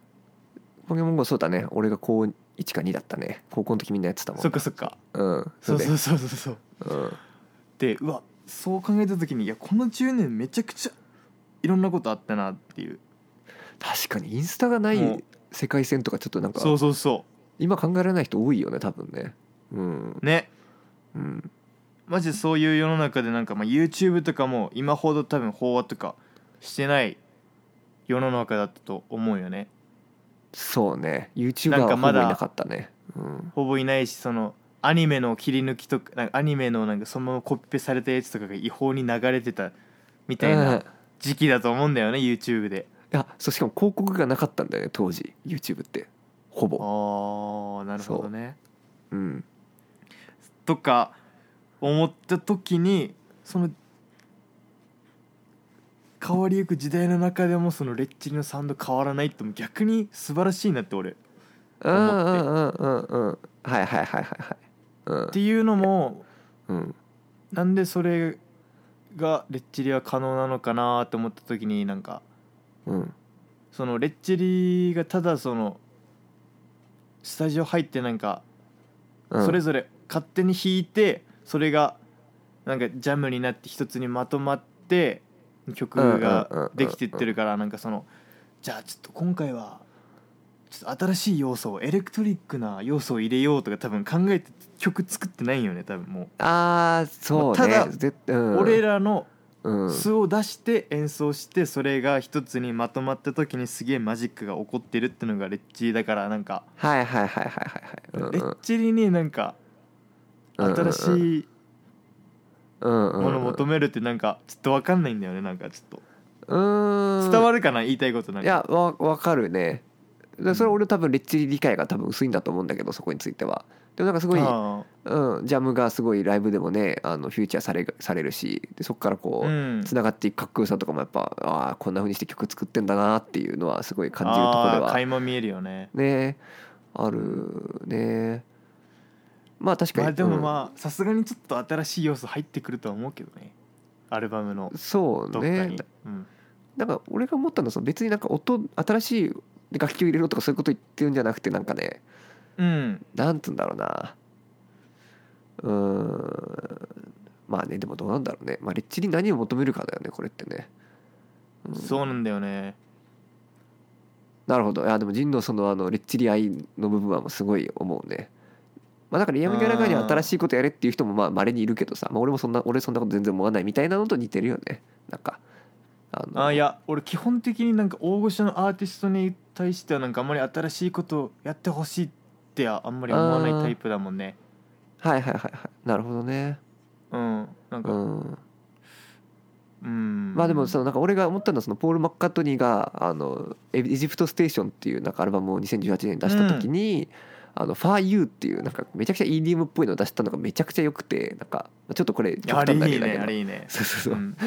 ポケモン GO そうだね俺が高1か2だったね高校の時みんなやってたもんそっかそっかうんそうだそうそうそうそううんでうわそう考えた時にいやこの10年めちゃくちゃいろんなことあったなっていう確かにインスタがなもうい世界線とかちょっとなんかそうそうそ今考えられない人多いよね多分ねうんうねうんマジでそういう世の中でなんか、まあ、YouTube とかも今ほど多分飽和とかしてない世の中だったと思うよねそうね YouTuber なんはかほぼまいだなかったねうんほぼいないしそのアニメの切り抜きとかなんかアニメのなんかそのままコピペされたやつとかが違法に流れてたみたいうんな時期だと思うんだよね YouTube でいやそうしかも広告がなかったんだよね当時 YouTube ってほぼああなるほどねうんとか思った時にその変わりゆく時代の中でもそのレッチリのサウンド変わらないってもう逆に素晴らしいなって俺っうんうんうんうんうんはいはいはいはいはいうんていうのもうんなんでそれがレッチリは可能なのかなって思った時になんかうんそのレッチリがただそのスタジオ入ってなんかうんそれぞれ勝手に弾いてそれがなんかジャムになって一つにまとまって曲うんうんうんうんができてってるからなんかそのじゃあちょっと今回はちょっと新しい要素をエレクトリックな要素を入れようとか多分考えて曲作ってないよね多分もああそうねただぜうう、ん、俺らのうん素を出して演奏してそれが一つにまとまった時にすげえマジックが起こってるってのがレッチリだからなんか、はいはいはいはいはいはいレッチリになんか新いしいももの求めるってなんかちょっと分かんないんだよねなんかちょっと伝伝わるるかな言いたいことなんいかやわわかるねでそれ俺多分レッチリ理解が多分薄いんだと思うんだけどそこについてはでもなんかすごい、あうん、ジャムがすごいライブでもねあのフューチャーされされるしでそこからこあう、うんつながっていくかっこよさとかもやっぱああこんな風にして曲作ってんだなっていうのはすごい感じるところであーは垣間見えるよねねあるねまあ確かに、まあでもあ、まあさすがにちょっと新しい要素入ってくるとは思うけどねアルバムのそうどっかに、ねうんなんか俺が思ったのはその別になんか音新しい楽器を入れろとかそういうこと言ってるんじゃなくてなんかねうん、なんつうんだろうなうーんまあねでもどうなんだろうねまあレッチリ何を求めるかだよねこれってね、うんそうなんだよねなるほどいやでもジンのそのあのレッチリ愛の部分はもうすごい思うねまあだからリアム・ギャラガーにうん新しいことやれっていう人もまあ稀にいるけどさ、まあ、俺もそんな俺そんなこと全然思わないみたいなのと似てるよねなんかあのあーいや俺基本的になんか大御所のアーティストに対してはなんかあんまり新しいことをやってほしいってはあんまり思わないタイプだもんねはいはいはいはいなるほどねうんなんうかんうんまあでもそのなんか俺が思ったのはそのポール・マッカートニーが「あのエエジプト・ステーション」っていうなんかアルバムを2018年に出した時に「あのファー・ユー」っていうなんかめちゃくちゃ EDM っぽいのを出したのがめちゃくちゃ良くてなんかちょっとこれいやあれいいなね例だけどあれいいねそうそうそうう、ん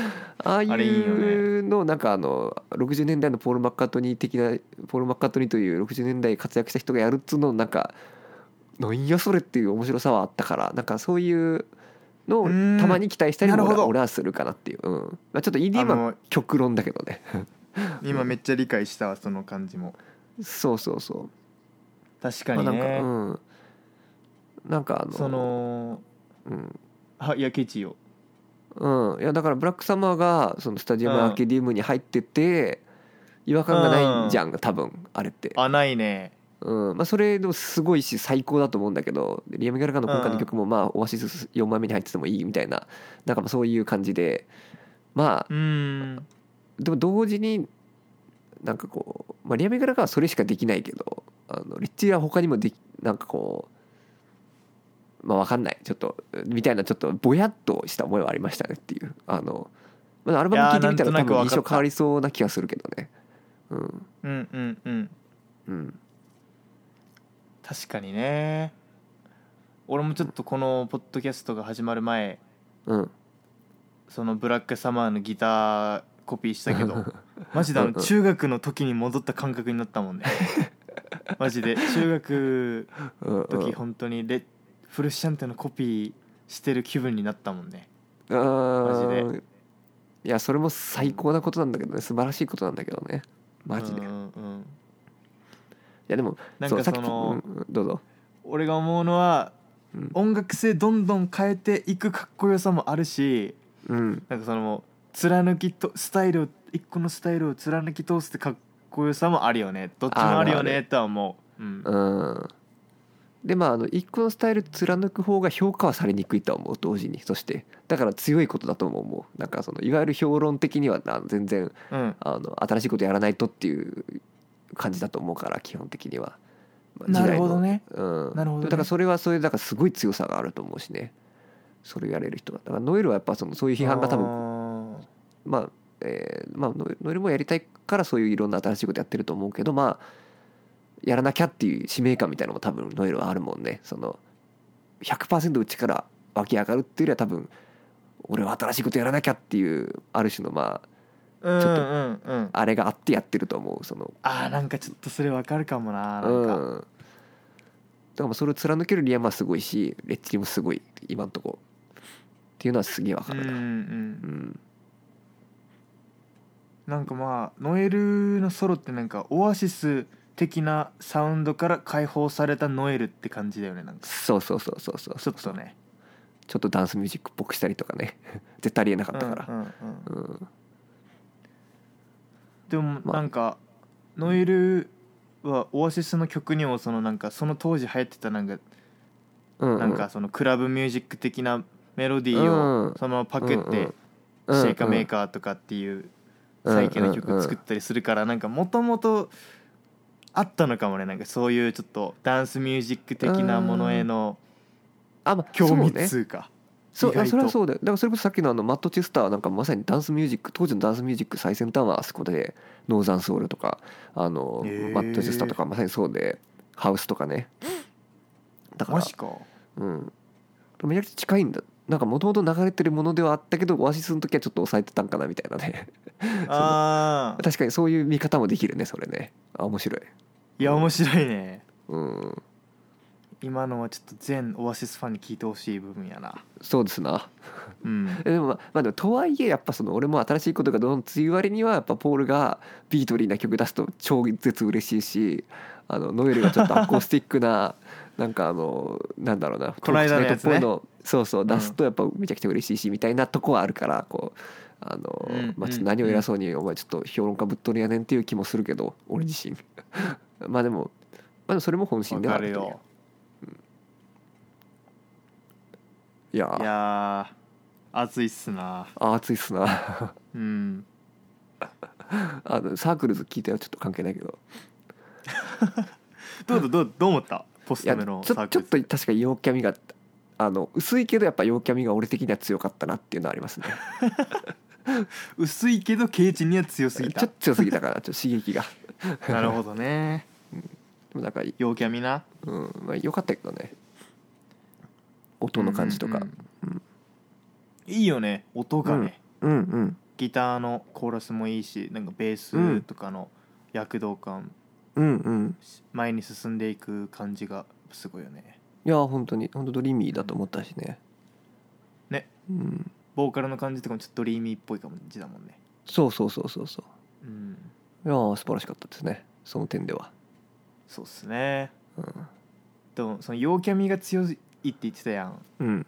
ああいあれいいようのなんかあの60年代のポール・マッカートニー的なポール・マッカートニーという60年代活躍した人がやるっつうのなんかなんやそれっていう面白さはあったからなんかそういうのをうーんたまに期待したりもなる俺ほはど俺はするかなっていう、うんまあ、ちょっとあ EDM はの極論だけどね今めっちゃ理解したわその感じもそうそうそう、確かまあ、になんかね、うんなんかあのそのうんあいやケチようん、いやだからブラックサマーがそのスタジアムうんアーケディウムに入ってて違和感がないじゃん、多分あれってあないねうんまあ、それでもすごいし最高だと思うんだけどリアム・ギャラガーの今回の曲もまあオアシス4枚目に入っててもいいみたいななんかまあそういう感じでまあうんでも同時になんかこう、まあ、リアム・ギャラガーはそれしかできないけどあのリッチーは他にもできなんかこうまあわかんないちょっとみたいなちょっとぼやっとした思いはありましたねっていうあの、まあ、アルバム聴いてみたらいやーな多んとなくわかっ分た印象変わりそうな気がするけどねうんうんうんうんうん確かにね俺もちょっとこのポッドキャストが始まる前うんそのブラックサマーのギターコピーしたけど [LAUGHS] マジであうのんうん中学の時に戻った感覚になったもんねマジで中学うんうん時本当にレフルシャンテのコピーしてる気分になったもんねママジでいやそれも最高なことなんだけどね素晴らしいことなんだけどねマジで、ういんうんうんやでもなんそうかさそっきのうんうんどうぞ、俺が思うのはうん音楽性どんどん変えていくかっこよさもあるしうん、なんかその貫きとスタイルを一個のスタイルを貫き通すってかっこよさもあるよねどっちもあるよあるあねとは思う、うん、うん、でまああの一個のスタイル貫く方が評価はされにくいとは思う同時にそしてだから強いことだとも思うなんかそのいわゆる評論的にはあの全然うんあの新しいことやらないとっていう感じだと思うから基本的には、まあなるほどねうん、なるほどねだからそれはそれだからすごい強さがあると思うしねそれをやれる人はだからノエルはやっぱそのそういう批判が多分分まあ、えーまあ、ノエノエルもやりたいからそういういろんな新しいことやってると思うけどまあやらなきゃっていう使命感みたいなのも多分ノエルはあるもんねその100%うちから湧き上がるっていうよりは多分俺は新しいことやらなきゃっていうある種のまうんちょっとうんうんああれがあってやってると思うそのあーなんかちょっとそれわかるかもななうんんだか、からまあそれを貫けるリアマはすごいしレッチリもすごい今んとこっていうのはすげえわかうんうるな、うんん、なんかまあノエルのソロってなんかオアシス的なサウンドから解放されたノエルって感じだよねなんかそうそうそうそうそうちょっとねちょっとダンスミュージックっぽくしたりとかね [LAUGHS] 絶対ありえなかったから、うんうんうんうんでもまあなんか、ノエルはオアシスの曲にもそのなんかその当時流行ってたなんか、うんうんなんかそのクラブミュージック的なメロディーをうんそのままパクってうんうんうんシェイカーメーカーとかっていう最近の曲作ったりするからなんかもともとあったのかもねなんかそういうちょっとダンスミュージック的なものへのあ、まあ、興味そうね通か、そう意外とそれはそうだよだからそれこそさっきのあのマット・チェスターなんかまさにダンスミュージック当時のダンスミュージック最先端はあそこでノーザンソウルとかあの、へーマット・チェスターとかまさにそうでハウスとかねだかマらジかうんめちゃくちゃ近いんだなんかもともと流れてるものではあったけどオアシスの時はちょっと抑えてたんかなみたいなねあー確かにそういう見方もできるねそれねあ面白いいや面白いねうん今のはちょっと全オアシスファンに聞いてほしい部分やなそうですなうん [LAUGHS] えでもまあまあでもとはいえやっぱその俺も新しいことがどんどん強い割にはやっぱポールがビートリーな曲出すと超絶嬉しいしあのノエルがちょっとアコースティックな [LAUGHS] なんかあのなんだろうなこの間のやつねトークナイトっぽいのそうそう出すとやっぱめちゃくちゃ嬉しいしみたいなとこはあるからこうあのうんまあちょっうとん何を偉そうにお前ちょっと評論家ぶっ飛るやねんっていう気もするけど俺自身 [LAUGHS] まあでもまあでもそれも本心わではかあるるというよいやいやー熱いっすなあ熱いっすな [LAUGHS] うんあのサークルズ聞いたよちょっと関係ないけどどうだどうどう思ったポスいやトちメょのちサょーっとクル確かに陽キャミがあの薄いけどやっぱ陽キャミが俺的には強かったなっていうのはありま [LAUGHS] すね薄いけどケイチには強すちょぎっとた強すぎたからちょっと刺激が [LAUGHS] [LAUGHS] でなるほどねもなんか、う陽キャミなんまあ、良かったけどね音の感じとかうんうんうんいいよね音がね、うんうんギターのコーラスもいいしなんかベースとかの躍動感、うんうん前に進んでいく感じがすごいよねいや本当に本当ドリーミーだと思ったしねねうんボーカルの感じとかもちょっとドリーミーっぽい感じだもんねそうそうそうそうそうんういや素晴らしかったですねその点ではそうっすねうん、でもその陽キャミが強いって言ってたやんうん、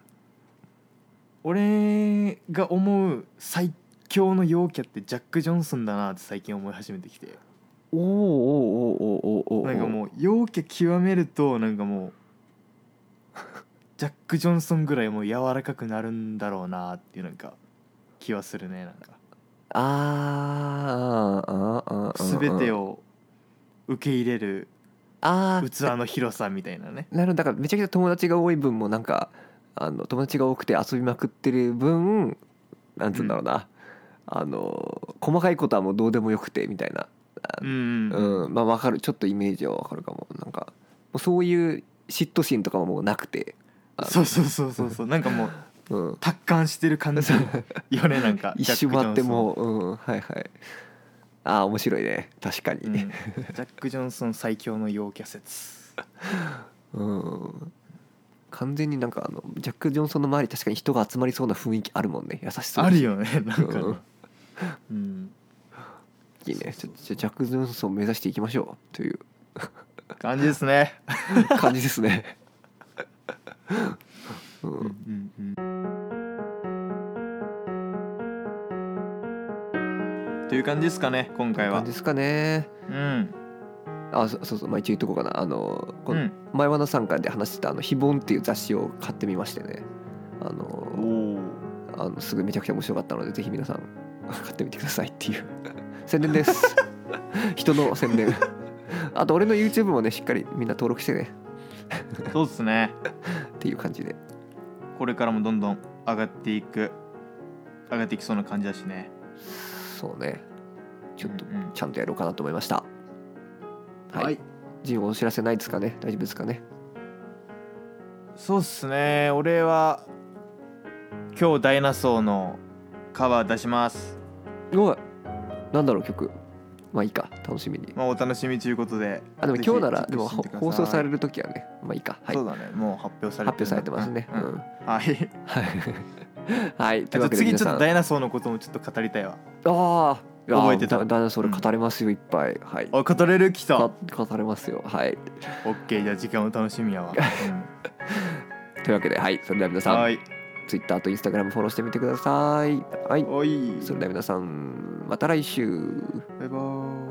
俺が思う最強の陽キャってジャック・ジョンソンだなって最近思い始めてきておーおーおーおーおーおーなんかもう陽キャ極めるとなんかもうジャック・ジョンソンぐらいもう柔らかくなるんだろうなっていうなんか気はするねなんかあーあーあーあー全てを受け入れるあ器ーの広さみたいな [LAUGHS] ねなるほどだからめちゃくちゃ友達が多い分もなんかあの友達が多くて遊びまくってる分なんつうんだろうな、あの細かいことはもうどうでもよくてみたいな、うんうんまあわかるちょっとイメージはわかるかもなんかもうそういう嫉妬心とかももうなくて、あそうそうそうそうそうなんかもううん、達観してる感じよねなんか [LAUGHS] 一ジャ周ックジョンソン回ってもう、うん、はいはいああ面白いね確かに、 [LAUGHS] うんジャック・ジョンソン最強の陽キャ説うん完全になんかあのジャック・ジョンソンの周り確かに人が集まりそうな雰囲気あるもんね優しそうあだしるよね [LAUGHS] なんかねうんうんいいねちょじゃあジャック・ジョンソンを目指していきましょうという感じですね感じで [LAUGHS] すねうんという感じですかね今回は感じですかねうんあそそうそうまあ一応言っとこうかなあのこのうん前話の参加で話してた「あの非凡」っていう雑誌を買ってみましてねあおのおあのすぐめちゃくちゃ面白かったのでぜひ皆さん買ってみてくださいっていう宣伝です [LAUGHS] 人の宣伝あと俺の YouTube もねしっかりみんな登録してねそうですねっていう感じでこれからもどんどん上がっていく上がっていきそうな感じだしねそうねちょっとうんうんちゃんとやろうかなと思いましたはいジンお知らせないですかね大丈夫ですかねそうっすね俺は今日ダイナソーのカバー出します、おいなんだろう曲まあいいか楽しみにまあ、お楽しみということであでもぜひ今日なチェらックでもしてみてくだい放送される時はねまあいいかはいそう発だねもう発表されて表されてますねううんん [LAUGHS] うんはいはいはいあというとわけで次皆ちょさっとんあダイナソーのこともちょっと語りたいわあー覚えてたあーだだそれ語れますよいっぱいはいあ語れる来たかオ語れますよはいッケーじゃあ時間を楽しみや [LAUGHS] わ、うというわけではいそれでは皆ん、さはんい Twitter と Instagram フォローしてみてくださいはいおいそれでは皆さんまた来週バイバーイ